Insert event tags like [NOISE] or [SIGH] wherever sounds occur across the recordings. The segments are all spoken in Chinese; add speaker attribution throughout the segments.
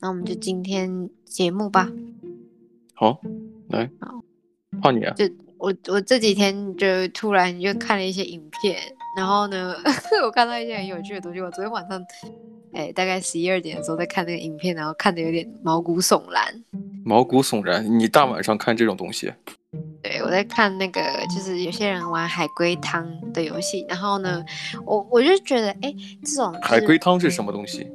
Speaker 1: 那我们就今天节目吧。
Speaker 2: 好，来，换你啊。
Speaker 1: 我我这几天就突然就看了一些影片，然后呢， [LAUGHS] 我看到一些很有趣的东西。我昨天晚上，哎，大概十一二点的时候在看那个影片，然后看的有点毛骨悚然。
Speaker 2: 毛骨悚然，你大晚上看这种东西，
Speaker 1: 对，我在看那个，就是有些人玩海龟汤的游戏，然后呢，我我就觉得，哎，这种就是
Speaker 2: 海龟汤是什么东西？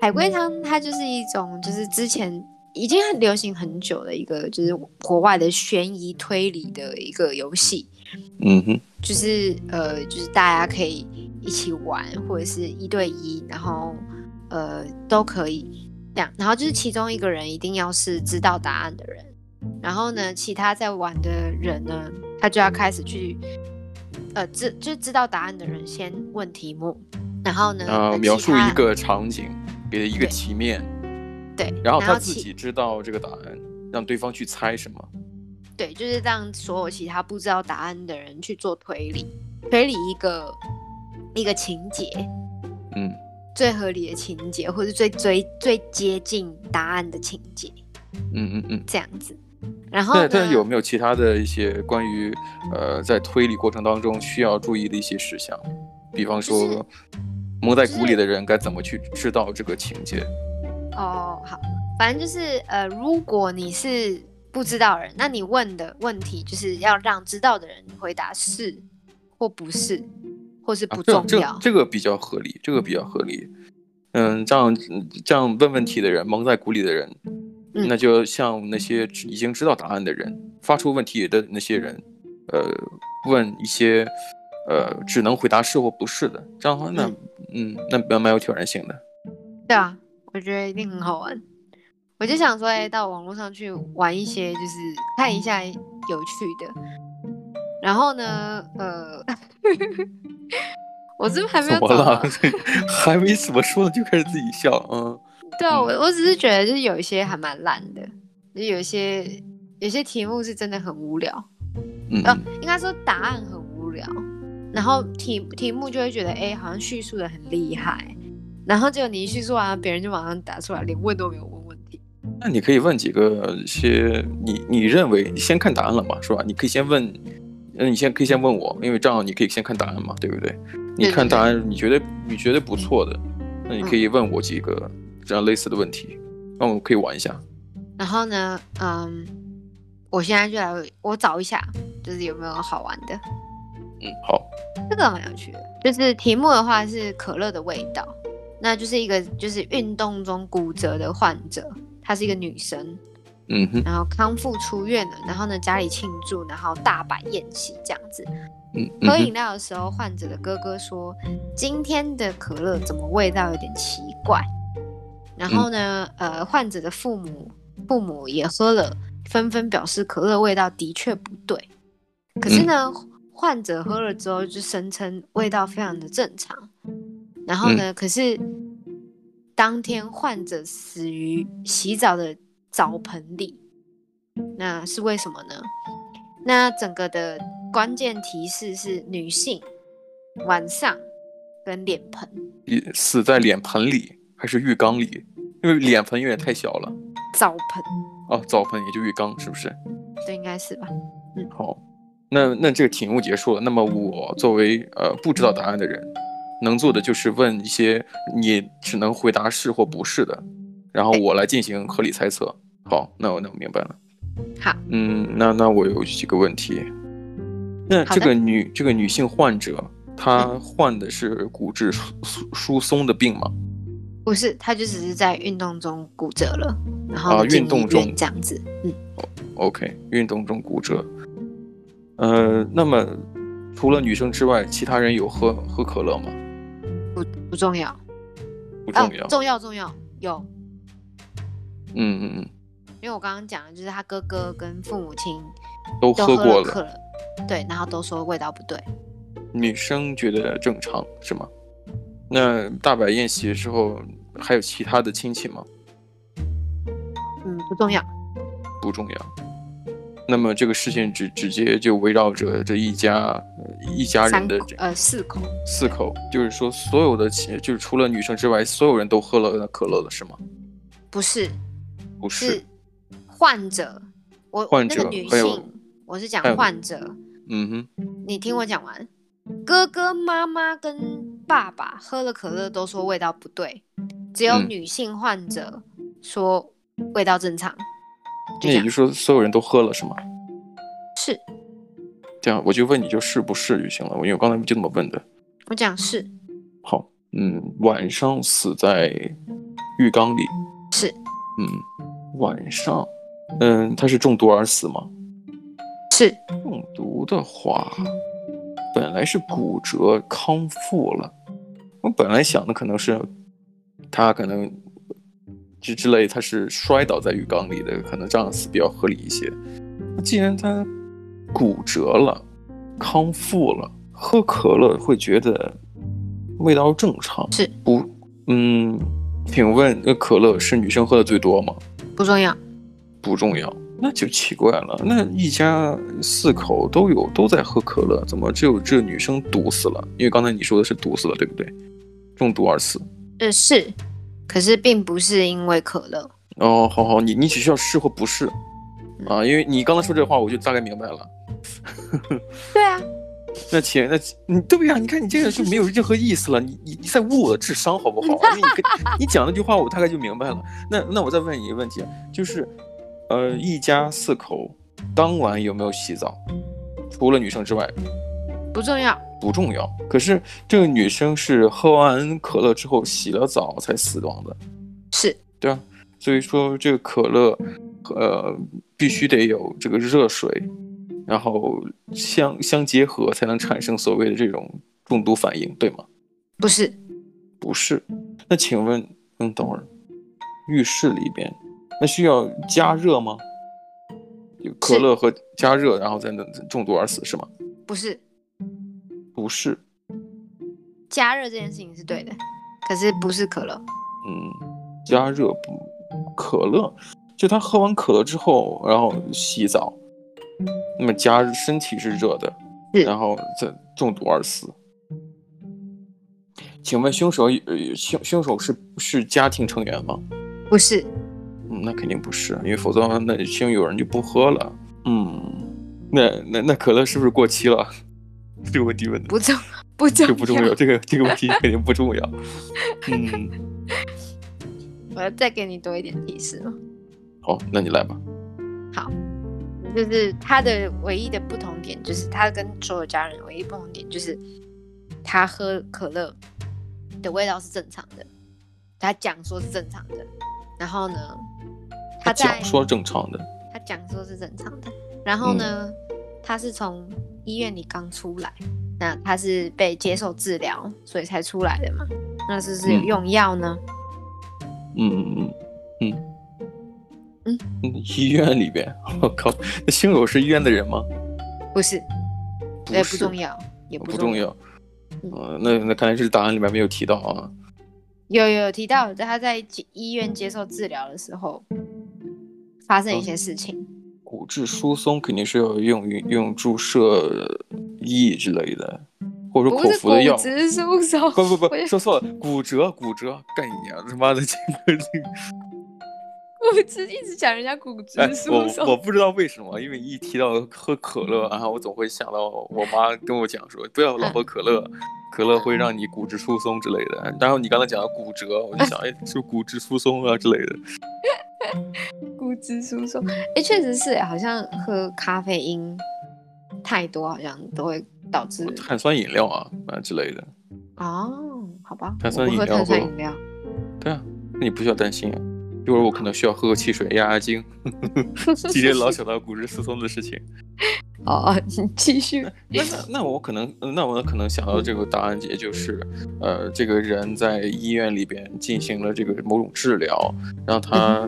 Speaker 1: 海龟汤它就是一种，就是之前已经很流行很久的一个，就是国外的悬疑推理的一个游戏，
Speaker 2: 嗯哼，
Speaker 1: 就是呃，就是大家可以一起玩，或者是一对一，然后呃都可以这样。然后就是其中一个人一定要是知道答案的人，然后呢，其他在玩的人呢，他就要开始去呃知就知道答案的人先问题目，然后呢，
Speaker 2: 呃，
Speaker 1: 其
Speaker 2: 描述
Speaker 1: 他
Speaker 2: 一个场景，给一个
Speaker 1: 对
Speaker 2: 题面，
Speaker 1: 对，
Speaker 2: 然后他
Speaker 1: 其
Speaker 2: 自己知道这个答案，让对方去猜什么。
Speaker 1: 对，就是让所有其他不知道答案的人去做推理，推理一个一个情节
Speaker 2: 嗯，
Speaker 1: 最合理的情节，或是最最最接近答案的情节，
Speaker 2: 嗯嗯嗯。
Speaker 1: 这样子。然后
Speaker 2: 那
Speaker 1: 呢？
Speaker 2: 但有没有其他的一些关于呃在推理过程当中需要注意的一些事项？比方
Speaker 1: 就是
Speaker 2: 说，蒙在
Speaker 1: 就
Speaker 2: 鼓里
Speaker 1: 是
Speaker 2: 的人该怎么去知道这个情节？
Speaker 1: 哦，好，反正就是呃，如果你是不知道的人，那你问的问题就是要让知道的人回答是或不是，或是
Speaker 2: 啊
Speaker 1: 不，
Speaker 2: 这
Speaker 1: 重
Speaker 2: 这
Speaker 1: 要。
Speaker 2: 这个比较合理，这个比较合理。嗯，这样这样问问题的人，蒙在鼓里的人，
Speaker 1: 嗯
Speaker 2: 那就像那些知已经知道答案的人，发出问题的那些人，呃，问一些呃只能回答是或不是的，这样的话那嗯那蛮蛮有挑战性的。
Speaker 1: 对啊，我觉得一定很好玩。我就想说，哎、到网络上去玩一些，就是看一下有趣的。然后呢，呃， [LAUGHS] 我是不是还没
Speaker 2: 怎 [LAUGHS]
Speaker 1: 有
Speaker 2: 么
Speaker 1: 找到啊
Speaker 2: 了？？还没怎么说呢，就开始自己笑，嗯。
Speaker 1: 对啊，我我只是觉得就是有一些还蛮烂的，就有一些有些题目是真的很无聊，
Speaker 2: 嗯，
Speaker 1: 呃，应该说答案很无聊，然后题题目就会觉得，哎、好像叙述的很厉害，然后结果你一叙述完，别人就马上答出来，连问都没有问问题。
Speaker 2: 那你可以问几个一些你你认为你先看答案了嘛，是吧？你可以先问，嗯，你先可以先问我，因为这样你可以先看答案嘛，对不对？嗯你看答案，你觉得你觉得不错的，那你可以问我几个这样类似的问题，那我们可以玩一下。
Speaker 1: 然后呢，嗯，我现在就来我找一下，就是有没有好玩的。
Speaker 2: 嗯，好，
Speaker 1: 这个蛮有趣的，就是题目的话是可乐的味道，那就是一个就是运动中骨折的患者，她是一个女生，
Speaker 2: 嗯哼，
Speaker 1: 然后康复出院了，然后呢家里庆祝，然后大摆宴席这样子。
Speaker 2: 嗯嗯
Speaker 1: 喝
Speaker 2: 哼，
Speaker 1: 饮料的时候，患者的哥哥说：“今天的可乐怎么味道有点奇怪？”然
Speaker 2: 嗯
Speaker 1: 后呢，呃，患者的父母父母也喝了，纷纷表示可乐味道的确不对。可是呢，
Speaker 2: 嗯
Speaker 1: 患者喝了之后就声称味道非常的正常。然后
Speaker 2: 嗯
Speaker 1: 呢，可是当天患者死于洗澡的澡盆里，那是为什么呢？那整个的关键提示是女性、晚上跟脸盆。
Speaker 2: 你死在脸盆里还是浴缸里？因为脸盆有点太小了，
Speaker 1: 澡盆，
Speaker 2: 哦，澡盆也就浴缸，是不是？
Speaker 1: 对，应该是吧？
Speaker 2: 好，那那这个题目结束了。那么我作为呃不知道答案的人，能做的就是问一些你只能回答是或不是的，然后
Speaker 1: 哎
Speaker 2: 我来进行合理猜测。好，那我那我明白了。
Speaker 1: 好，
Speaker 2: 嗯，那那我有几个问题。那
Speaker 1: 好
Speaker 2: 这
Speaker 1: 的嗯
Speaker 2: 个女这个女性患者，她患的是骨质疏疏疏松的病吗？
Speaker 1: 不是，他就只是在运动中骨折了，然后
Speaker 2: 啊
Speaker 1: 呢进
Speaker 2: 运动
Speaker 1: 医院
Speaker 2: 中
Speaker 1: 这样子。嗯，
Speaker 2: OK，运动中骨折。呃，那么除了女生之外，其他人有喝喝可乐吗？
Speaker 1: 不重要。
Speaker 2: 不重要。
Speaker 1: 啊、重要重要有，
Speaker 2: 嗯嗯嗯。
Speaker 1: 因为我刚刚讲的就是他哥哥跟父母亲
Speaker 2: 都
Speaker 1: 都
Speaker 2: 喝过
Speaker 1: 了可
Speaker 2: 了，
Speaker 1: 乐，对，然后都说味道不对。
Speaker 2: 女生觉得正常是吗？那大摆宴席的时候还有其他的亲戚吗？
Speaker 1: 嗯，不重要。
Speaker 2: 不重要。那么这个事情直直接就围绕着这一家呃一家人
Speaker 1: 三
Speaker 2: 的
Speaker 1: 口
Speaker 2: 这
Speaker 1: 呃四口，
Speaker 2: 四口，就是说所有的亲，就是除了女生之外，所有人都喝了可乐了，是吗？
Speaker 1: 不是，
Speaker 2: 不
Speaker 1: 是
Speaker 2: 是，
Speaker 1: 患者。我
Speaker 2: 患
Speaker 1: 那个
Speaker 2: 者
Speaker 1: 女
Speaker 2: 还有
Speaker 1: 性，我是讲
Speaker 2: 还有
Speaker 1: 患者。
Speaker 2: 嗯哼，
Speaker 1: 你听我讲完，哥哥、妈妈跟爸爸喝了可乐都说味道不对，只有
Speaker 2: 嗯
Speaker 1: 女性患者说味道正常。就这
Speaker 2: 那也
Speaker 1: 样
Speaker 2: 就是说所有人都喝了是吗？
Speaker 1: 是，
Speaker 2: 这样我就问你就是不是就行了，因为我刚才就这么问的。
Speaker 1: 我讲是
Speaker 2: 好，嗯，晚上死在浴缸里，
Speaker 1: 是，
Speaker 2: 嗯，晚上，嗯，他是中毒而死吗？
Speaker 1: 是
Speaker 2: 中毒的话，本来是骨折康复了，我本来想的可能是他可能之之类，他是摔倒在浴缸里的，可能这样死比较合理一些。既然他骨折了，康复了，喝可乐会觉得味道正常，
Speaker 1: 是
Speaker 2: 不？嗯，请问呃可乐是女生喝的最多吗？
Speaker 1: 不重要。
Speaker 2: 不重要，那就奇怪了。那一家四口都有都在喝可乐，怎么只有这女生毒死了？因为刚才你说的是毒死了，对不对？中毒而死。
Speaker 1: 呃，是，可是并不是因为可乐。
Speaker 2: 哦，好好，你你只需要是或不是啊，因为你刚才说这话，我就大概明白了。
Speaker 1: 对啊，
Speaker 2: 那前那你对呀、你看你这个就没有任何意思了，你你你在侮我的智商好不好？因为你跟你讲那句话，我大概就明白了。那那我再问你一个问题，啊就是，呃，一家四口当晚有没有洗澡？除了女生之外，
Speaker 1: 不重要。
Speaker 2: 不重要。可是这个女生是喝完可乐之后洗了澡才死亡的，
Speaker 1: 是
Speaker 2: 对啊。所以说这个可乐，呃，必须得有这个热水，然后相相结合才能产生所谓的这种中毒反应，对吗？
Speaker 1: 不是？
Speaker 2: 不是。那请问，嗯，等会儿，浴室里边那需要加热吗？有可
Speaker 1: 是
Speaker 2: 乐和加热，然后才能中毒而死是吗？
Speaker 1: 不是，
Speaker 2: 不是，
Speaker 1: 加热这件事情是对的，可是不是可乐。
Speaker 2: 嗯，加热不可乐，就他喝完可乐之后，然后洗澡，那么加身体是热的，
Speaker 1: 是
Speaker 2: 然后再中毒而死。请问凶手呃凶凶手是是家庭成员吗？
Speaker 1: 不是，
Speaker 2: 嗯，那肯定不是，因为否则的话那凶有人就不喝了。嗯，那那那可乐是不是过期了？ [LAUGHS] 这个问题问的
Speaker 1: 不重，不重
Speaker 2: 这
Speaker 1: 要。
Speaker 2: 个不重要，这个这个问题肯定不重 [LAUGHS] 要。嗯，
Speaker 1: 我要再给你多一点提示吗？
Speaker 2: 好，那你来吧。
Speaker 1: 就是它的唯一的不同点，就是它跟所有家人唯一不同点，就是他喝可乐的味道是正常的，他讲说是正常的，然后呢，他在
Speaker 2: 讲说正常的，
Speaker 1: 他讲说是正常的。然后呢，
Speaker 2: 嗯
Speaker 1: 他是从医院里刚出来，那他是被接受治疗，所以才出来的嘛。那是不是有
Speaker 2: 嗯
Speaker 1: 用药呢？
Speaker 2: 嗯嗯嗯
Speaker 1: 嗯
Speaker 2: 嗯，医院里边， [LAUGHS] 我靠，那凶手是医院的人吗？
Speaker 1: 不是，
Speaker 2: 不
Speaker 1: 也
Speaker 2: 是，哦
Speaker 1: 不重要，嗯也
Speaker 2: 不
Speaker 1: 重
Speaker 2: 重。要。呃，那那看来是答案里面没有提到啊。
Speaker 1: 有有有提到，
Speaker 2: 嗯
Speaker 1: 他在接医院接受治疗的时候，发生一
Speaker 2: 嗯
Speaker 1: 些事情。
Speaker 2: 骨质疏松肯定是要用于用注射液之类的，或者说
Speaker 1: 不
Speaker 2: 口
Speaker 1: 是
Speaker 2: 服的药
Speaker 1: 骨。质疏松，
Speaker 2: 不不
Speaker 1: 我
Speaker 2: 不，
Speaker 1: 就
Speaker 2: 说错了，骨折骨折，干你娘！他妈的，这个这个，
Speaker 1: 骨质一直讲人家骨质
Speaker 2: [LAUGHS] 哎，
Speaker 1: 疏
Speaker 2: 我我
Speaker 1: 松。
Speaker 2: 不知道为什么，因为一提到喝可乐，然后我总会想到我妈跟我讲说，不要老喝可乐，可乐会让你骨质疏松之类的。然后你刚才讲到骨折，我就想，哎，是不是骨质疏松啊之类的。
Speaker 1: 骨质疏松，哎，确实是，好像喝咖啡因太多，好像都会导致
Speaker 2: 碳酸饮料啊啊之类的，
Speaker 1: 哦，好吧，我
Speaker 2: 碳酸
Speaker 1: 不
Speaker 2: 饮
Speaker 1: 喝
Speaker 2: 料
Speaker 1: 碳酸
Speaker 2: 喝
Speaker 1: 饮料，
Speaker 2: 对啊，那你不需要担心啊。一会儿我可能需要喝个汽水压压惊，今天老想到骨质疏松的事情。
Speaker 1: [LAUGHS] 哦，哦你继续。
Speaker 2: 那那那我可能，那我可能想到这个答案，也就是，呃，这个人在医院里边进行了这个某种治疗，让他，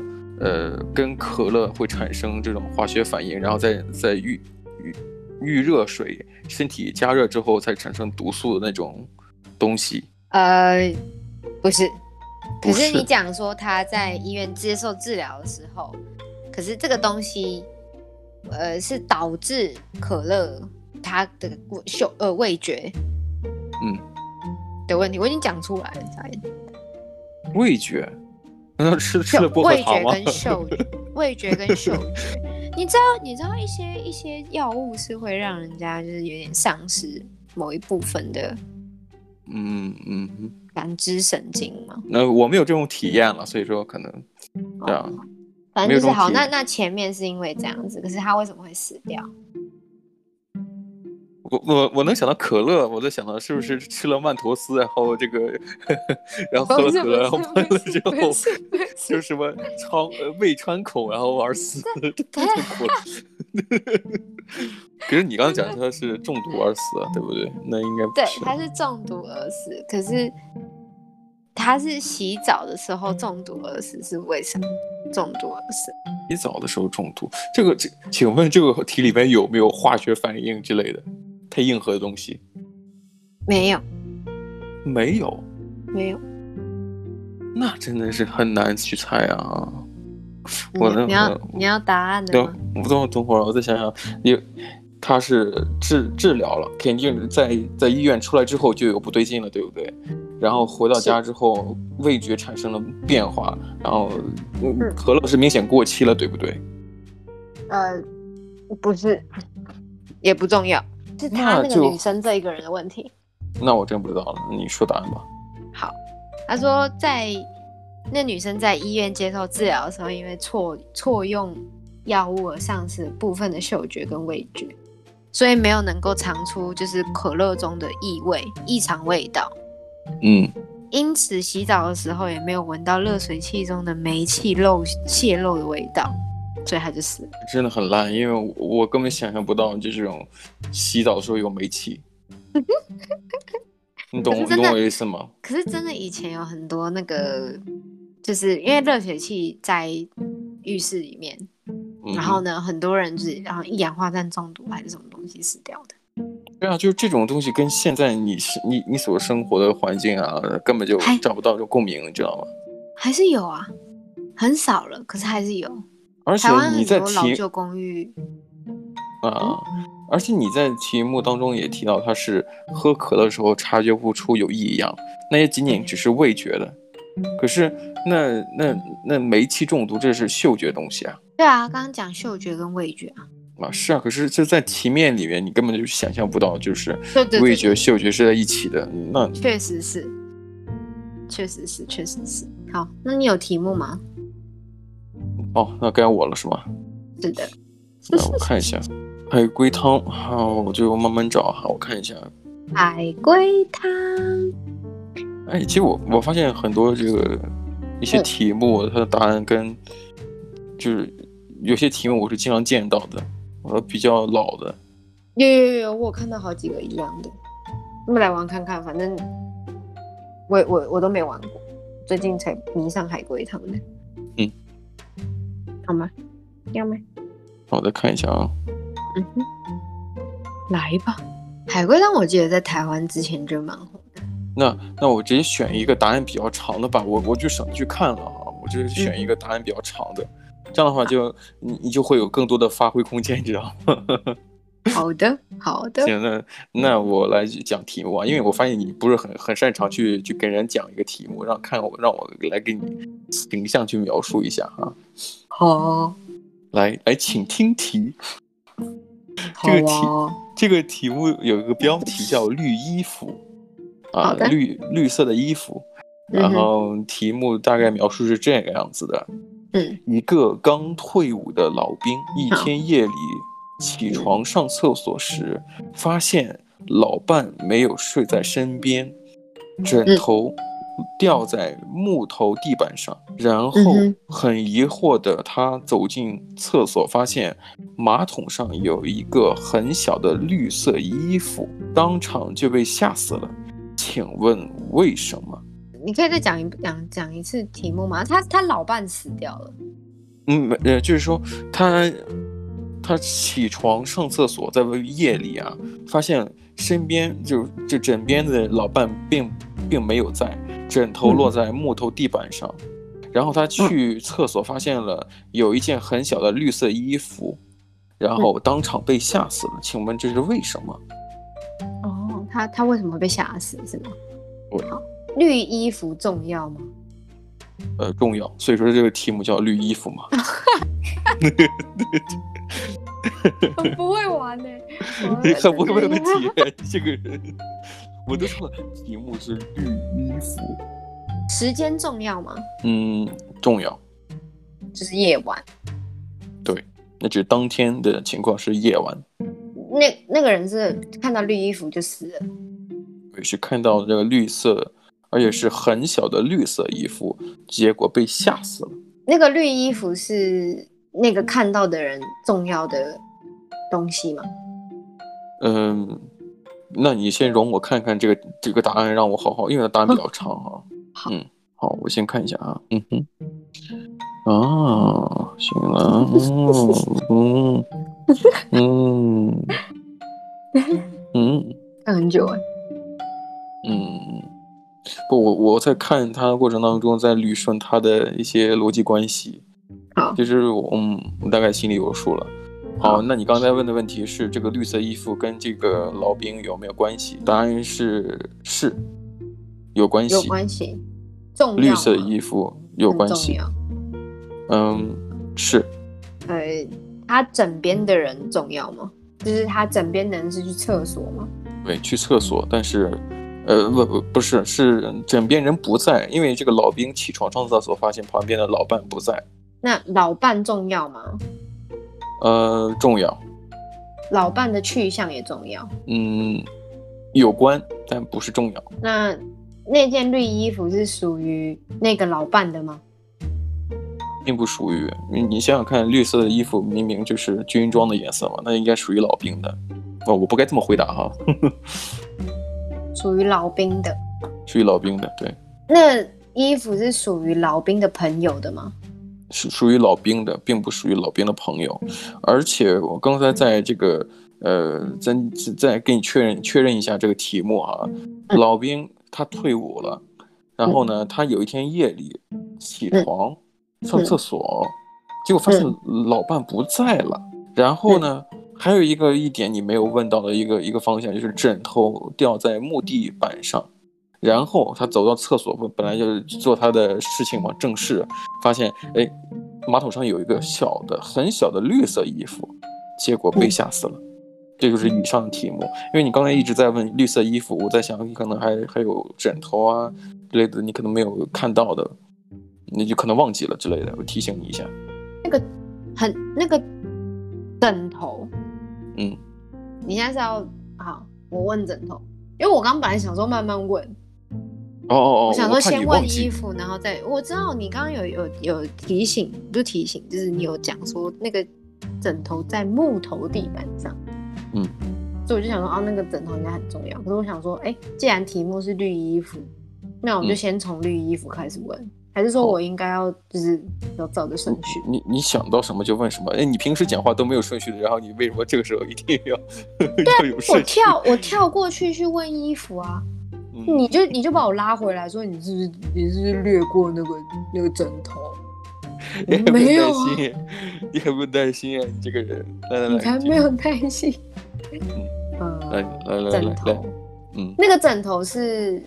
Speaker 1: 嗯
Speaker 2: 呃，跟可乐会产生这种化学反应，然后再再遇遇遇热水，身体加热之后才产生毒素的那种东西。
Speaker 1: 呃，不是，可
Speaker 2: 不
Speaker 1: 是
Speaker 2: 是
Speaker 1: 你讲说他在医院接受治疗的时候，可是这个东西，呃，是导致可乐它的味嗅呃味觉，
Speaker 2: 嗯，
Speaker 1: 的问题，我已经讲出来了，差一点
Speaker 2: 味觉， [LAUGHS] 那吃吃了薄荷
Speaker 1: 味
Speaker 2: 糖
Speaker 1: 觉
Speaker 2: 吗？
Speaker 1: 跟嗅觉，味觉跟嗅觉。你知道，你知道一些一些药物是会让人家就是有点丧失某一部分的
Speaker 2: [LAUGHS] 嗯嗯，嗯
Speaker 1: 感知神经吗？
Speaker 2: 那我没有这种体验了，所以说可能对啊
Speaker 1: 哦，反
Speaker 2: 没有
Speaker 1: 正就
Speaker 2: 这
Speaker 1: 是
Speaker 2: 种
Speaker 1: 好。
Speaker 2: 体
Speaker 1: 那
Speaker 2: 验
Speaker 1: 那前面是因为这样子，可是他为什么会死掉？
Speaker 2: 我我我能想到可乐，我在想到是不
Speaker 1: 嗯
Speaker 2: 是吃了曼陀思，然后这个， [LAUGHS] 然后喝了
Speaker 1: [LAUGHS] 不是
Speaker 2: [LAUGHS] 可乐，然后
Speaker 1: 不
Speaker 2: 喷了
Speaker 1: 是
Speaker 2: 之
Speaker 1: 不
Speaker 2: 后，
Speaker 1: 是不是 [LAUGHS]
Speaker 2: 就是什么超呃胃穿孔，然后而死，这太苦了。 [LAUGHS] 可是你刚才讲他是中毒而死，对不对？那应该不
Speaker 1: 对，
Speaker 2: 是。
Speaker 1: 他是中毒而死，可是他是洗澡的时候中毒而死，是为什么中毒而死？
Speaker 2: 洗澡的时候中毒，这个这，请问这个题里面有没有化学反应之类的？太硬核的东西
Speaker 1: 没有，
Speaker 2: 没有，
Speaker 1: 没有。
Speaker 2: 那真的是很难去猜啊。
Speaker 1: 你
Speaker 2: 我啊能
Speaker 1: 你要你要答案的
Speaker 2: 等
Speaker 1: 吗？
Speaker 2: 我等等会儿，我再想想，你他是治治疗了，肯定在在医院出来之后就有不对劲了，对不对？然后回到家之后，味觉产生了变化，然后嗯
Speaker 1: 嗯
Speaker 2: 可乐是明显过期了，对不对？
Speaker 1: 呃，不是，也不重要，是他那
Speaker 2: 那
Speaker 1: 个
Speaker 2: 就
Speaker 1: 女生这一个人的问题。
Speaker 2: 那我真不知道了，你说答案吧。
Speaker 1: 好，他说在那女生在医院接受治疗的时候，因为错错用药物而丧失了部分的嗅觉跟味觉，所以没有能够尝出就是可乐中的异味、异常味道。
Speaker 2: 嗯，
Speaker 1: 因此，洗澡的时候也没有闻到热水器中的煤气漏泄漏的味道，所以他就死了。
Speaker 2: 真的很烂，因为我我根本想象不到就这种洗澡的时候有
Speaker 1: [LAUGHS]
Speaker 2: 煤气。你懂
Speaker 1: 可
Speaker 2: 你
Speaker 1: 是真
Speaker 2: 懂
Speaker 1: 的
Speaker 2: 我意思吗？
Speaker 1: 可是真的，以前有很多那个，就是因为热水器在浴室里面，
Speaker 2: 嗯、
Speaker 1: 然后呢，很多人就是然后一氧化碳中毒还是什么东西死掉的。
Speaker 2: 对啊，就是这种东西跟现在你是你你所生活的环境啊，根本就
Speaker 1: 哎
Speaker 2: 找不到这种共鸣，你知道吗？
Speaker 1: 还是有啊，很少了，可是还是有。
Speaker 2: 而且
Speaker 1: 台湾
Speaker 2: 你
Speaker 1: 很
Speaker 2: 在
Speaker 1: 多
Speaker 2: 题
Speaker 1: 老旧公寓，
Speaker 2: 啊，而且你在题目当中也提到，他是喝可乐的时候察觉不出有异样，那也仅仅只是味觉的。可是那那那煤气中毒，这是嗅觉东西啊
Speaker 1: 对啊，刚刚讲嗅觉跟味觉啊，
Speaker 2: 啊是啊，可是就在题面里面，你根本就想象不到，就是
Speaker 1: 对对
Speaker 2: 味
Speaker 1: 对，
Speaker 2: 觉、嗅觉是在一起的。那
Speaker 1: 确实是，确实是，确实是。好，那你有题目吗？
Speaker 2: 哦，那该我了是吗？
Speaker 1: 是的，
Speaker 2: 来，我看一下，还有龟汤，好，我就慢慢找哈，我看一下。
Speaker 1: 海龟汤。
Speaker 2: 哎，其实我我发现很多这个一些
Speaker 1: 嗯
Speaker 2: 题目，它的答案跟就是有些题目我是经常见到的，我比较老的。
Speaker 1: 有有有，我有看到好几个一样的，那么来玩看看，反正我我我都没玩过，最近才迷上海龟汤的。
Speaker 2: 嗯，
Speaker 1: 好吗？要吗？
Speaker 2: 那我再看一下啊，
Speaker 1: 嗯哼，来吧。海龟汤我记得在台湾之前就蛮红的，
Speaker 2: 那那我直接选一个答案比较长的吧，我我就省去看了哈，我
Speaker 1: 嗯
Speaker 2: 直接选一个答案比较长的，这样的话就你你就会有更多的发挥空间，你知道吗？
Speaker 1: 好的，好 [LAUGHS] 的，
Speaker 2: 行，那那
Speaker 1: 嗯
Speaker 2: 我来讲题目啊，因为我发现你不是很很擅长去去给人讲一个题目，让看我让我来给你形象去描述一下哈、
Speaker 1: 好，
Speaker 2: 来来，请听题。
Speaker 1: 好
Speaker 2: [LAUGHS] 这个题
Speaker 1: 哦，
Speaker 2: 这个题目有一个标题叫“绿衣服”，啊
Speaker 1: 好，的
Speaker 2: 绿绿色的衣服。然
Speaker 1: 嗯哼
Speaker 2: 后题目大概描述是这个样子的：
Speaker 1: 嗯，
Speaker 2: 一个刚退伍的老兵，一
Speaker 1: 好
Speaker 2: 天夜里起床上厕所时，发现老伴没有睡在身边，枕
Speaker 1: 嗯
Speaker 2: 头掉在木头地板上，然后
Speaker 1: 嗯
Speaker 2: 很疑惑的他走进厕所，发现马桶上有一个很小的绿色衣服，当场就被吓死了。请问为什么？
Speaker 1: 你可以再讲一讲讲一次题目吗？他他老伴死掉了，
Speaker 2: 嗯，没呃，就是说他他起床上厕所，在夜里啊，发现身边就就枕边的老伴并并没有在，枕头落在木头地板上，然后他去厕所发现了有一件很小的绿色衣服，然后当场被吓死了。请问这是为什么？
Speaker 1: 哦，他他为什么被吓死是吗？
Speaker 2: 对
Speaker 1: 好，绿衣服重要吗？
Speaker 2: 呃重要，所以说这个题目叫绿衣服嘛。
Speaker 3: [LAUGHS] 我不会玩呢、
Speaker 2: [LAUGHS] 你
Speaker 3: 欸，
Speaker 2: 很不会问题，这个人，我都说了，题目是绿衣服，
Speaker 1: 时间重要吗？
Speaker 2: 嗯，重要。
Speaker 1: 就是夜晚，
Speaker 2: 那指当天的情况是夜晚，
Speaker 1: 那那个人是看到绿衣服就死了，
Speaker 2: 对是看到这个绿色，而且是很小的绿色衣服，结果被吓死了。
Speaker 1: 那个绿衣服是那个看到的人重要的东西吗？
Speaker 2: 嗯，那你先容我看看这个这个答案，让我好好，因为答案比较长啊。
Speaker 1: 好
Speaker 2: 嗯，好，我先看一下啊。嗯哼，啊，行了，嗯嗯嗯嗯
Speaker 1: 看很久哎、
Speaker 2: 嗯，不，我我在看他的过程当中，在捋顺他的一些逻辑关系。
Speaker 1: 好
Speaker 2: 就是我嗯，我大概心里有数了。好，
Speaker 1: 好
Speaker 2: 那你刚才问的问题是这个绿色衣服跟这个老兵有没有关系？答案是是，有关
Speaker 1: 有
Speaker 2: 系。
Speaker 1: 关系，重要
Speaker 2: 绿色
Speaker 1: 吗
Speaker 2: 衣服有
Speaker 1: 很
Speaker 2: 关
Speaker 1: 重
Speaker 2: 系。
Speaker 1: 要
Speaker 2: 嗯，是
Speaker 1: 呃，他枕边的人重要吗？就是他枕边的人是去厕所吗？
Speaker 2: 对，去厕所，但是。呃，不不不是，是枕边人不在，因为这个老兵起床上厕所，发现旁边的老伴不在。
Speaker 1: 那老伴重要吗？
Speaker 2: 呃，重要。
Speaker 1: 老伴的去向也重要。
Speaker 2: 嗯，有关，但不是重要。
Speaker 1: 那那件绿衣服是属于那个老伴的吗？
Speaker 2: 并不属于你。你想想看，绿色的衣服明明就是军装的颜色嘛，那应该属于老兵的。哦，我不该这么回答哈，
Speaker 1: 属于老兵的。
Speaker 2: 属于老兵的，对，
Speaker 1: 那衣服是属于老兵的朋友的吗？
Speaker 2: 是属于老兵的，并不属于老兵的朋友。而且我刚才在这个呃，再再跟你确认确认一下这个题目啊，
Speaker 1: 嗯
Speaker 2: 老兵他退伍了，然后呢，他有一天夜里起床上厕所，结果发现老伴不在了。然后呢，还有一个一点你没有问到的一个一个方向，就是枕头掉在木地板上。然后他走到厕所，本本来就是做他的事情嘛，正事，发现哎，马桶上有一个小的、很小的绿色衣服，结果被吓死了。这就是以上的题目，因为你刚才一直在问绿色衣服，我在想你可能还还有枕头啊之类的，你可能没有看到的，你就可能忘记了之类的，我提醒你一下。
Speaker 1: 很那个枕头，
Speaker 2: 嗯，
Speaker 1: 你现在是要好？我问枕头，因为我刚本来想说慢慢问，
Speaker 2: 哦哦哦，
Speaker 1: 我想说
Speaker 2: 怕你
Speaker 1: 先
Speaker 2: 忘
Speaker 1: 问
Speaker 2: 记
Speaker 1: 衣服，然后再我知道你刚刚有有有提醒，不是提醒，就是你有讲说那个枕头在木头地板上，
Speaker 2: 嗯，
Speaker 1: 所以我就想说啊，那个枕头应该很重要。可是我想说，哎，既然题目是绿衣服，那我就
Speaker 2: 嗯
Speaker 1: 先从绿衣服开始问，还是说
Speaker 2: 好
Speaker 1: 我应该要就是要照着顺序？
Speaker 2: 你你想到什么就问什么。哎，你平时讲话都没有顺序的，然后你为什么这个时候一定要 [LAUGHS] 要有
Speaker 1: 我
Speaker 2: 顺序？
Speaker 1: 跳我跳过去去问衣服啊，
Speaker 2: 嗯
Speaker 1: 你就你就把我拉回来说你是不是你是不是略过那个那个枕
Speaker 2: [LAUGHS]
Speaker 1: 头？
Speaker 2: 你还不
Speaker 1: 没有
Speaker 2: 哎耐
Speaker 1: 啊
Speaker 2: 心，你还不耐心啊！你这个人，来来来，
Speaker 1: 你才没有耐心。
Speaker 2: 来
Speaker 1: 嗯，
Speaker 2: 来来来
Speaker 1: 枕
Speaker 2: 来
Speaker 1: 头，，
Speaker 2: 嗯
Speaker 1: 那个枕头是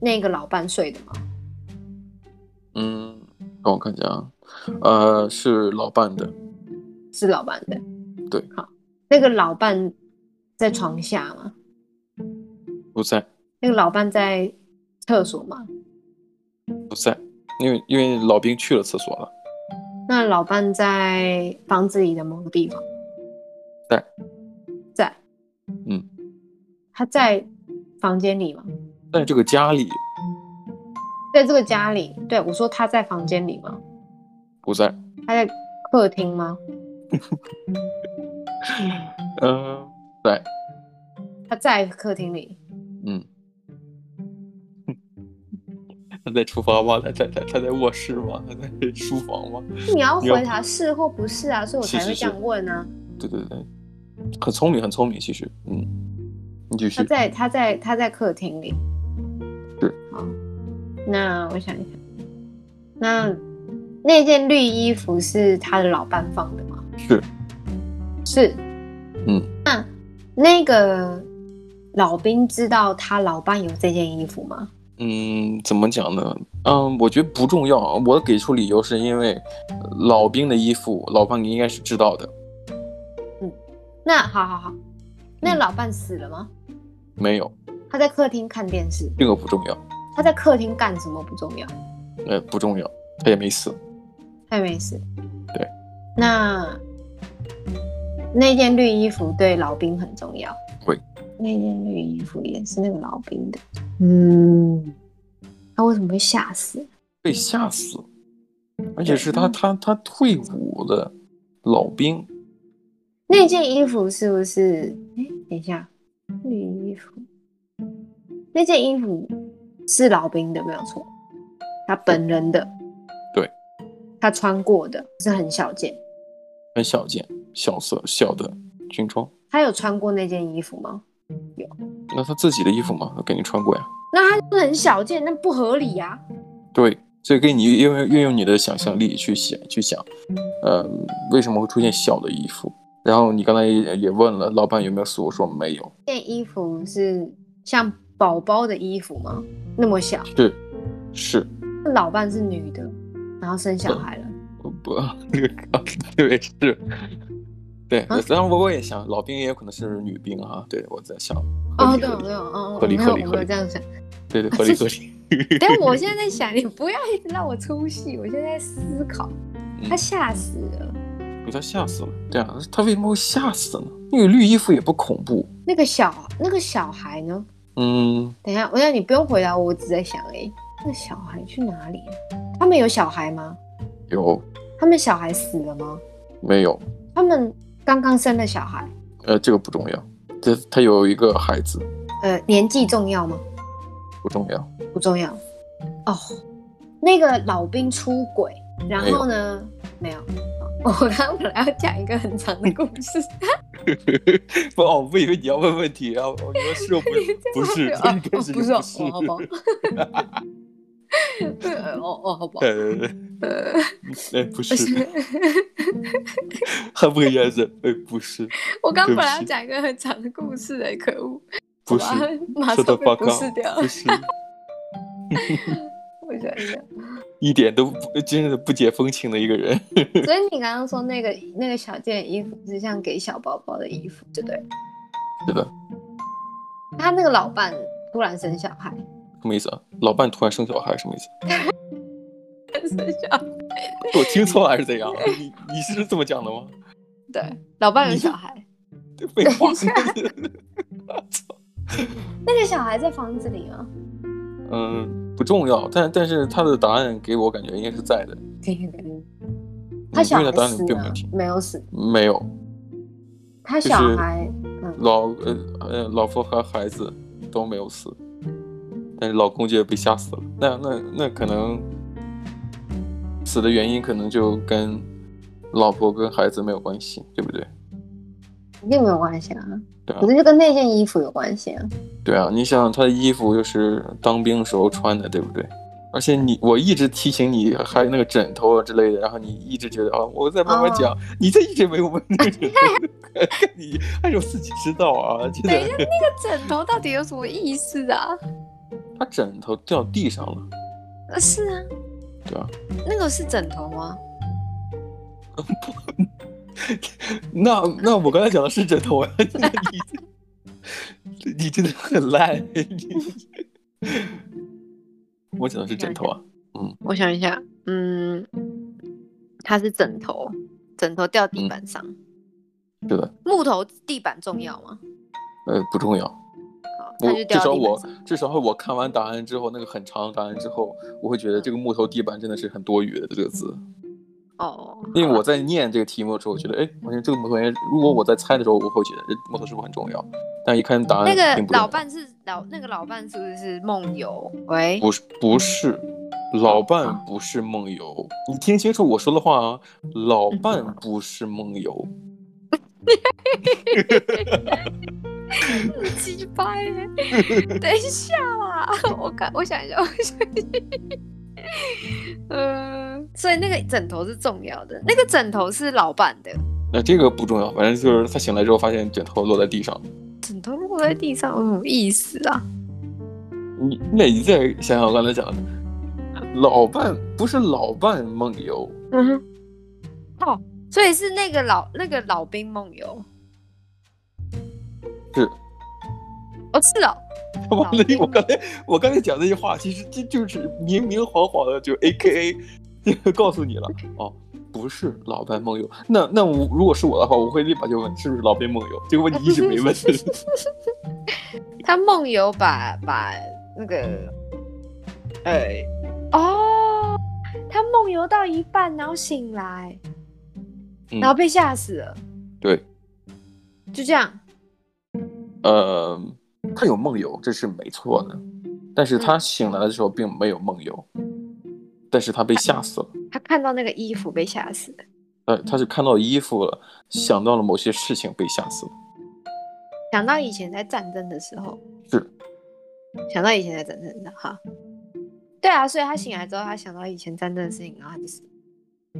Speaker 1: 那个老伴睡的吗？
Speaker 2: 嗯，让我看一下啊，呃，是老伴的，
Speaker 1: 是老伴的。
Speaker 2: 对，
Speaker 1: 好，那个老伴在床下吗？
Speaker 2: 不在
Speaker 1: 那个老伴在厕所吗？
Speaker 2: 不在，因为因为老兵去了厕所了，
Speaker 1: 那老伴在房子里的某个地方？
Speaker 2: 在，
Speaker 1: 在，
Speaker 2: 嗯，
Speaker 1: 他在房间里吗？
Speaker 2: 在这个家里
Speaker 1: 在这个家里？对，我说他在房间里吗？
Speaker 2: 不在，
Speaker 1: 他在客厅吗？
Speaker 2: 嗯，
Speaker 1: 他在客厅里，
Speaker 2: 嗯， [LAUGHS] 他在厨房吗？他在他他在卧室吗？他在书房吗？
Speaker 1: 你要
Speaker 2: 你要
Speaker 1: 回答是或不是啊，所以我
Speaker 2: 是
Speaker 1: 才
Speaker 2: 是
Speaker 1: 会这
Speaker 2: 是
Speaker 1: 样问啊。
Speaker 2: 对对对，很聪明，很聪明，其实，嗯，你继续
Speaker 1: 他，在他在他在客厅里。
Speaker 2: 是。
Speaker 1: 好，那我想一想，那那件绿衣服是他的老伴放的吗？
Speaker 2: 是
Speaker 1: 是。
Speaker 2: 嗯。
Speaker 1: 那那个老兵知道他老伴有这件衣服吗？
Speaker 2: 嗯，怎么讲呢？嗯，我觉得不重要。啊我给出理由是因为呃老兵的衣服，老伴你应该是知道的。
Speaker 1: 那好好
Speaker 2: 嗯
Speaker 1: 好，那老伴死了吗？
Speaker 2: 没有，
Speaker 1: 他在客厅看电视，
Speaker 2: 这个不重要，
Speaker 1: 他在客厅干什么不重要，
Speaker 2: 呃，不重要，他也没死。
Speaker 1: 他也没事。
Speaker 2: 对，
Speaker 1: 那那件绿衣服对老兵很重要。
Speaker 2: 会，
Speaker 1: 那件绿衣服也是那个老兵的。嗯，他为什么会吓死？
Speaker 2: 被吓死，而且是他他他退伍的老兵，
Speaker 1: 那件衣服是不是？哎，等一下，绿衣服，那件衣服是老兵的，没有错，他本人的，
Speaker 2: 对，
Speaker 1: 他穿过的是很小件。
Speaker 2: 很小件，小色小的军装。
Speaker 1: 他有穿过那件衣服吗？
Speaker 2: 那他自己的衣服嘛，他肯定穿过呀。
Speaker 1: 那他就是很小件，那不合理啊呀、
Speaker 2: 对，所以给你运用运用你的想象力去想去想，呃，为什么会出现小的衣服？然后你刚才也也问了，老板有没有死？我说没有。
Speaker 1: 那件衣服是像宝宝的衣服吗？那么小，
Speaker 2: 是是
Speaker 1: 那老伴是女的，然后生小孩了。
Speaker 2: 不， [LAUGHS] 这个对是，对。
Speaker 1: 啊
Speaker 2: 然后我我也想，老兵也有可能是女兵啊。对，我在想，合
Speaker 1: 哦，
Speaker 2: 理
Speaker 1: 对，
Speaker 2: 合
Speaker 1: 我
Speaker 2: 理
Speaker 1: 对，哦，
Speaker 2: 合
Speaker 1: 我
Speaker 2: 理
Speaker 1: 没
Speaker 2: 合
Speaker 1: 有，
Speaker 2: 理
Speaker 1: 我没
Speaker 2: 合
Speaker 1: 有
Speaker 2: 理
Speaker 1: 这样
Speaker 2: [LAUGHS]
Speaker 1: 想。
Speaker 2: 对对，合理合理。
Speaker 1: 但我现在在想，你不要一直让我出戏，我现在在思考。
Speaker 2: 嗯
Speaker 1: 他吓死了，
Speaker 2: 给他吓死了。对啊，他为什么会吓死呢？那个绿衣服也不恐怖。
Speaker 1: 那个小那个小孩呢？
Speaker 2: 嗯，
Speaker 1: 等一下，我想你不用回答我，我只在想，哎，那小孩去哪里了？他们有小孩吗？
Speaker 2: 有
Speaker 1: 他们小孩死了吗？
Speaker 2: 没有？
Speaker 1: 他们刚刚生的小孩，
Speaker 2: 呃，这个不重要。这他有一个孩子，
Speaker 1: 呃，年纪重要吗？
Speaker 2: 不重 [LAUGHS] 要。
Speaker 1: 不重要。哦，那个老兵出轨，然后呢？没有。哦 [LAUGHS] 我刚刚本来要讲一个很长的故事， [LAUGHS]
Speaker 2: 不，哦，我以为你要问问题，然后我说是不是
Speaker 1: 哦
Speaker 2: 不是，
Speaker 1: 哦不是哦，
Speaker 2: 是
Speaker 1: 哦好吧。 [LAUGHS] 呃哦哦，好吧。
Speaker 2: 呃，
Speaker 1: 呃，
Speaker 2: 哎，不
Speaker 1: 不
Speaker 2: 是，
Speaker 1: 是，
Speaker 2: 还不给颜色，哎，不是，
Speaker 3: 我刚
Speaker 2: 对
Speaker 3: 本
Speaker 2: 不
Speaker 3: 来要
Speaker 2: 起
Speaker 3: 讲一个很长的故事哎、
Speaker 1: 欸
Speaker 3: 可恶，
Speaker 2: 不是
Speaker 3: 好，吧马
Speaker 2: 说
Speaker 3: 上
Speaker 2: 的
Speaker 3: 被
Speaker 2: 报
Speaker 3: 不
Speaker 2: 告
Speaker 3: 是掉，
Speaker 1: [LAUGHS]
Speaker 2: 不。是，
Speaker 3: 我想一想，
Speaker 2: 一点都不呃真的不解风情的一个人。 [LAUGHS]
Speaker 1: 所以你刚刚说那个那个小件衣服是像给小宝宝的衣服，对不对？
Speaker 2: 是的，
Speaker 1: 他那个老伴突然生小孩，
Speaker 2: 什么意思啊？老伴突然生小孩什么意思？
Speaker 3: 剩下
Speaker 2: 我听错了还是怎样？啊你你是这么讲的吗？
Speaker 1: 对，老伴有小孩，
Speaker 2: 废话。
Speaker 1: [LAUGHS] 那个小孩在房子里吗？
Speaker 2: 嗯，不重要，但但是他的答案给我感觉应该是在的。
Speaker 1: 他小
Speaker 2: 因
Speaker 1: 孩
Speaker 2: 为他答案
Speaker 1: 死
Speaker 2: 并没
Speaker 1: 了
Speaker 2: 有听，
Speaker 1: 没有死，
Speaker 2: 没有
Speaker 1: 他小孩嗯
Speaker 2: 老呃呃老婆和孩子都没有死，但是老公就被吓死了。那那那可能死的原因可能就跟老婆跟孩子没有关系，对不对？
Speaker 1: 一定没有关系啊，
Speaker 2: 对啊
Speaker 1: 可，是就跟那件衣服有关系啊。
Speaker 2: 对啊，你想他的衣服就是当兵时候穿的，对不对？而且你我一直提醒你，还有那个枕头啊之类的，然后你一直觉得啊，我在慢
Speaker 3: 哦
Speaker 2: 慢讲，你这一直没有问那个枕头， [LAUGHS] 你还是我自己知道啊，真
Speaker 3: 等一
Speaker 2: 的。
Speaker 3: 枕头到底有什么意思啊？
Speaker 2: [LAUGHS] 他枕头掉地上了，
Speaker 1: 呃，是啊，
Speaker 2: 对吧、
Speaker 1: 那个是枕头啊吗？
Speaker 2: 那那我刚才讲的是枕头啊， [LAUGHS] 你你真的很烂， [LAUGHS] 我讲的是枕头啊，
Speaker 1: 我想一下，嗯，它是枕头，枕头掉地板上，
Speaker 2: 嗯是的，
Speaker 1: 木头地板重要吗？
Speaker 2: 呃，不重要。
Speaker 1: 好，它
Speaker 2: 我
Speaker 1: 就
Speaker 2: 至
Speaker 1: 掉
Speaker 2: 少
Speaker 1: 到地板
Speaker 2: 我
Speaker 1: 上。
Speaker 2: 至少我看完答案之后，那个很长的答案之后，我会觉得这个木头地板真的是很多余的这个字，
Speaker 1: 哦，
Speaker 2: 因为我在念这个题目的时候，我觉得哎，好像这个木头应该，如果我在猜的时候，我会觉得这木头是不是很重要？但一看答案，
Speaker 1: 那个
Speaker 2: 啊并不重要
Speaker 1: 老伴是老那个老伴是不是梦游？喂，
Speaker 2: 不是不是，老伴不是梦游，你听清楚我说的话啊，老
Speaker 1: 嗯
Speaker 2: 伴不是梦游，
Speaker 3: 鸡掰欸！
Speaker 1: [LAUGHS]
Speaker 3: 等一下啦，我看我想一下，我想一下，嗯、
Speaker 1: 呃所以那个枕头是重要的，那个枕头是老伴的。
Speaker 2: 那这个不重要，反正就是他醒来之后发现枕头落在地上，
Speaker 1: 枕头落在地上有什么意思啊？
Speaker 2: 你那你再想想我刚才讲的，老伴不是老伴梦游，
Speaker 1: 嗯哼，哦，所以是那个老那个老兵梦游，
Speaker 2: 是
Speaker 1: 哦是哦，
Speaker 2: [LAUGHS] 我
Speaker 1: 老兵
Speaker 2: 我刚才我刚才讲那些话，其实这就是明明晃晃的就 A K A [LAUGHS] 就告诉你了哦，不是老伴梦游。那那我如果是我的话，我会立马就问是不是老兵梦游，这个问题一直没问。 [LAUGHS]
Speaker 1: 他梦游把把那个，呃，哦，他梦游到一半，然后醒来，
Speaker 2: 嗯
Speaker 1: 然后被吓死了，
Speaker 2: 对，
Speaker 1: 就这样。
Speaker 2: 呃，他有梦游，这是没错的，但是他醒来的时候并没有梦游，但是他被吓死了。
Speaker 1: 他看到那个衣服被吓死了，
Speaker 2: 呃，他是看到衣服了，想到了某些事情被吓死了。
Speaker 1: 想到以前在战争的时候，
Speaker 2: 是，
Speaker 1: 想到以前在战争的哈。对啊，所以他醒来之后，他想到以前战争的事情，然后他就死了。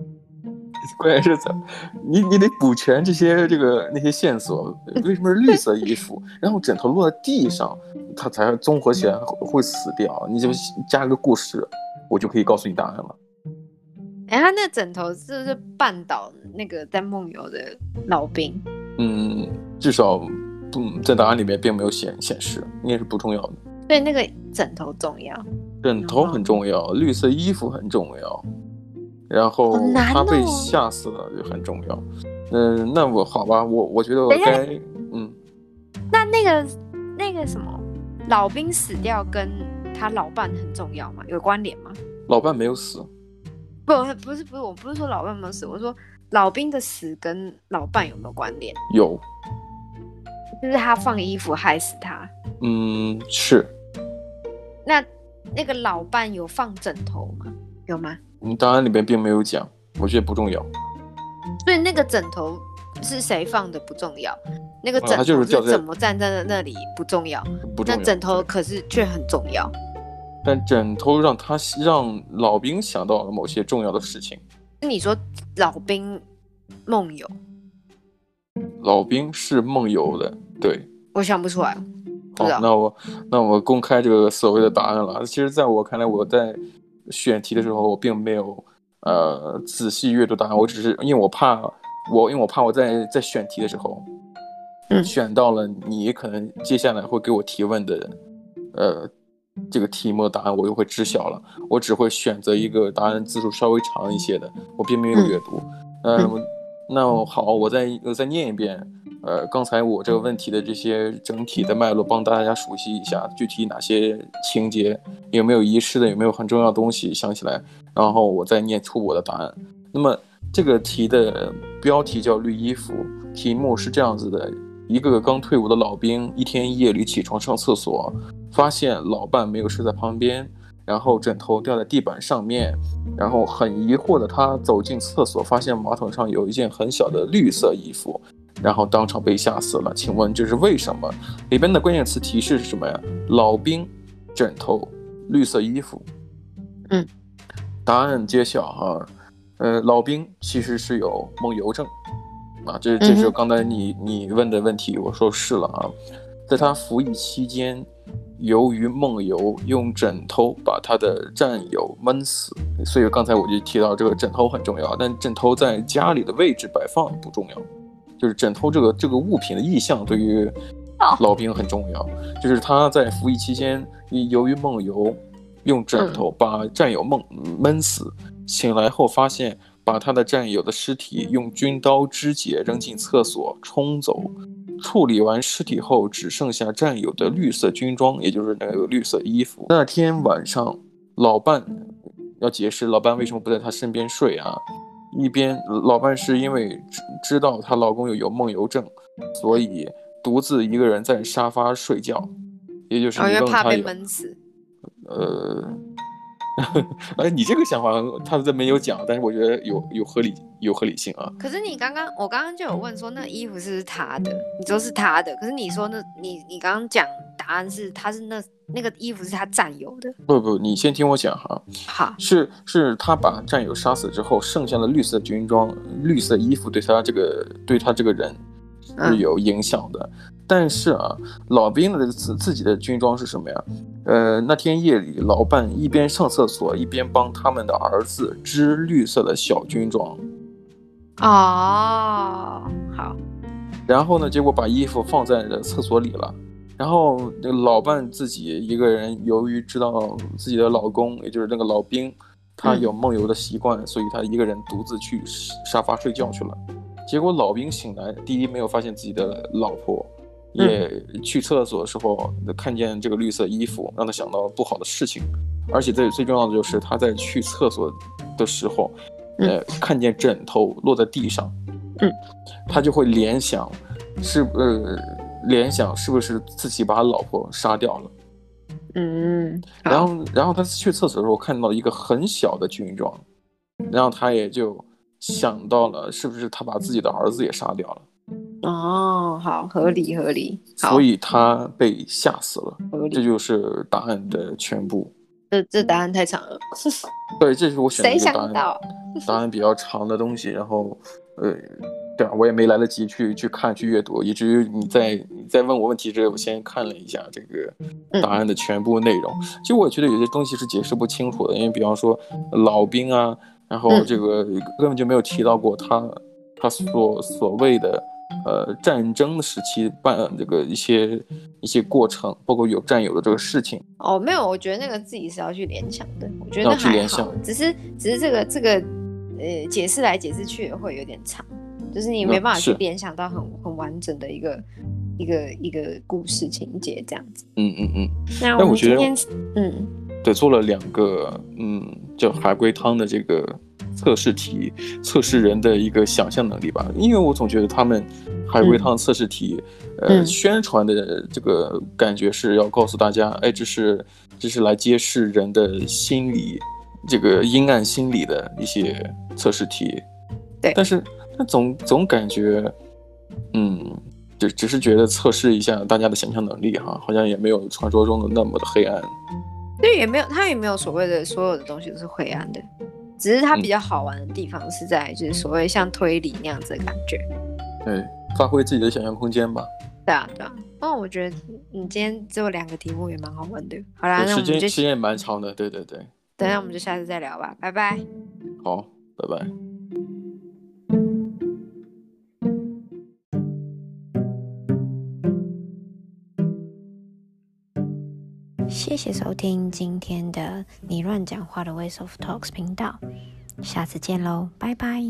Speaker 2: [LAUGHS] 关键是怎么，
Speaker 1: 嗯
Speaker 2: 你你得补全这些这个那些线索，
Speaker 1: 嗯
Speaker 2: 为什么是绿色衣服？然后枕头落在地上，它才综合起来会会死掉。你就加个故事，我就可以告诉你答案了。
Speaker 1: 哎、他那枕头是不是绊倒那个在梦游的老兵？
Speaker 2: 嗯，至少不在答案里面并没有显显示，应该是不重要的。
Speaker 1: 所以那个枕头重要。
Speaker 2: 枕头很重要，绿色衣服很重要，然后
Speaker 1: 好难
Speaker 2: 他被
Speaker 1: 哦
Speaker 2: 吓死了也很重要。嗯，那我好吧，我我觉得我
Speaker 1: 等一下
Speaker 2: 该嗯。
Speaker 1: 那那个那个什么老兵死掉跟他老伴很重要吗？有关联吗？
Speaker 2: 老伴没有死，
Speaker 1: 不，不是，不是，我不是说老伴有没有死，我说老兵的死跟老伴有没有关联？
Speaker 2: 有，
Speaker 1: 就是他放衣服害死他。
Speaker 2: 嗯，是，
Speaker 1: 那那个老伴有放枕头吗？有吗？
Speaker 2: 嗯，答案里边并没有讲，我觉得不重要，
Speaker 1: 所以那个枕头是谁放的不重要，那个
Speaker 2: 啊
Speaker 1: 枕
Speaker 2: 他
Speaker 1: 头
Speaker 2: 就是掉在
Speaker 1: 怎么站在那里不重要，
Speaker 2: 不重
Speaker 1: 那
Speaker 2: 要。
Speaker 1: 枕头可是却很重要。
Speaker 2: 但枕头让他让老兵想到了某些重要的事情。
Speaker 1: 你说老兵梦游，
Speaker 2: 老兵是梦游的，对。
Speaker 1: 我想不出来，不
Speaker 2: 好
Speaker 1: 知道，。
Speaker 2: 那我那我公开这个所谓的答案了。其实，在我看来，我在选题的时候，我并没有呃仔细阅读答案，我只是因为我怕我因为我怕我在在选题的时候，
Speaker 1: 嗯
Speaker 2: 选到了你可能接下来会给我提问的呃这个题目的答案，我就会知晓了。我只会选择一个答案字数稍微长一些的，我并没有
Speaker 1: 嗯
Speaker 2: 阅读。嗯、那我好，我再我再念一遍。呃，刚才我这个问题的这些整体的脉络，帮大家熟悉一下，具体哪些情节有没有遗失的，有没有很重要的东西想起来，然后我再念出我的答案。那么这个题的标题叫《绿衣服》，题目是这样子的：一个个刚退伍的老兵，一天一夜里起床上厕所，发现老伴没有睡在旁边，然后枕头掉在地板上面，然后很疑惑的他走进厕所，发现马桶上有一件很小的绿色衣服。然后当场被吓死了，请问这是为什么？里边的关键词提示是什么呀？老兵、枕头、绿色衣服。
Speaker 1: 嗯，
Speaker 2: 答案揭晓哈、呃，老兵其实是有梦游症啊，这这
Speaker 1: 嗯
Speaker 2: 是
Speaker 1: 哼
Speaker 2: 刚才你你问的问题，我说是了啊。在他服役期间，由于梦游，用枕头把他的战友闷死，所以刚才我就提到这个枕头很重要，但枕头在家里的位置摆放不重要，就是枕头这个这个物品的意象对于
Speaker 3: 哦
Speaker 2: 老兵很重要，就是他在服役期间，由于梦游，用枕头把战友梦闷死，醒来后发现把他的战友的尸体用军刀肢解扔进厕所冲走，处理完尸体后，只剩下战友的绿色军装，也就是那个绿色衣服。那天晚上，老伴要解释老伴为什么不在他身边睡啊。一边老伴是因为知知道她老公有有梦游症，所以独自一个人在沙发睡觉，也就是
Speaker 1: 然后
Speaker 2: 你
Speaker 1: 哦因
Speaker 2: 问
Speaker 1: 为怕
Speaker 2: 他
Speaker 1: 被
Speaker 2: 有
Speaker 1: 闷死。
Speaker 2: 呃，哎，你这个想法他这没有讲，但是我觉得有有合理有合理性啊。
Speaker 1: 可是你刚刚，我刚刚就有问说，那衣服是不是他的？你说是他的，可是你说那，你你刚刚讲答案是他是那那个衣服是他占有的。
Speaker 2: 不不，你先听我讲哈、
Speaker 1: 好，
Speaker 2: 是是他把战友杀死之后，剩下的绿色军装、绿色衣服对他这个对他这个人是有影响的。但是啊，老兵的自自己的军装是什么呀？呃，那天夜里，老伴一边上厕所，一边帮他们的儿子织绿色的小军装。
Speaker 1: 哦，好，
Speaker 2: 然后呢，结果把衣服放在了厕所里了。然后那个老伴自己一个人，由于知道自己的老公，也就是那个老兵，他有梦游的习惯，所以他一个人独自去沙沙发睡觉去了。结果老兵醒来，第一没有发现自己的老婆，也去厕所的时候看见这个绿色衣服，让他想到不好的事情。而且最最重要的就是他在去厕所的时候，呃，看见枕头落在地上，
Speaker 1: 嗯，
Speaker 2: 他就会联想，是呃，联想是不是自己把老婆杀掉了？
Speaker 1: 嗯，好
Speaker 2: 然后，然后他去厕所的时候看到一个很小的军装，然后他也就想到了，是不是他把自己的儿子也杀掉了？
Speaker 1: 哦，好，合理合理，好
Speaker 2: 所以他被吓死了。
Speaker 1: 合
Speaker 2: 这
Speaker 1: 理。
Speaker 2: 就是答案的全部。
Speaker 1: 这这答案太长了，
Speaker 2: 对，这是我选的
Speaker 3: 谁
Speaker 2: 一
Speaker 1: [LAUGHS]
Speaker 2: 个
Speaker 3: 想
Speaker 2: 答案。
Speaker 3: 到？
Speaker 2: 答案比较长的东西，然后，呃，这样我也没来得及去去看去阅读，以至于你在你在问我问题之前，我先看了一下这个答案的全部内容。其实我觉得有些东西是解释不清楚的，因为比方说老兵啊，然后
Speaker 1: 嗯
Speaker 2: 这个根本就没有提到过他他所所谓的呃战争时期办呃这个一些一些过程，包括有战友的这个事情。
Speaker 1: 哦，没有，我觉得那个自己是要去联想的，我觉得
Speaker 2: 要去
Speaker 1: 还
Speaker 2: 联
Speaker 1: 好，
Speaker 2: 想
Speaker 1: 只是只是这个这个呃解释来解释去也会有点长，就是你没
Speaker 2: 嗯
Speaker 1: 办法去
Speaker 2: 是
Speaker 1: 联想到很很完整的一个一个一个故事情节这样子。
Speaker 2: 嗯嗯嗯，
Speaker 1: 那
Speaker 2: 但
Speaker 1: 我
Speaker 2: 我
Speaker 1: 们
Speaker 2: 觉
Speaker 1: 今
Speaker 2: 得
Speaker 1: 天嗯
Speaker 2: 对，做了两个，嗯，叫海龟汤的这个测试题，测试人的一个想象能力吧。因为我总觉得他们海龟汤测试题，呃，
Speaker 1: 嗯
Speaker 2: 宣传的这个感觉是要告诉大家，哎，这是这是来揭示人的心理，这个阴暗心理的一些测试题。
Speaker 1: 对
Speaker 2: 但是但总总感觉，嗯。只只是觉得测试一下大家的想象能力哈，好像也没有传说中的那么的黑暗。
Speaker 1: 对，也没有，它也没有所谓的所有的东西都是灰暗的，只是它
Speaker 2: 嗯
Speaker 1: 比较好玩的地方是在就是所谓像推理那样子的感觉。
Speaker 2: 对，发挥自己的想象空间吧。
Speaker 1: 对啊，对啊。那我觉得你今天只有两个题目也蛮好玩的。好啦，
Speaker 2: 对，
Speaker 1: 那我
Speaker 2: 时
Speaker 1: 们就
Speaker 2: 间时间也蛮长的，对对对。
Speaker 1: 等一下我们就下次再聊吧，拜拜。
Speaker 2: 好，拜拜。
Speaker 4: 谢谢收听今天的你乱讲话的 Ways of Talks 频道，下次见喽，拜拜。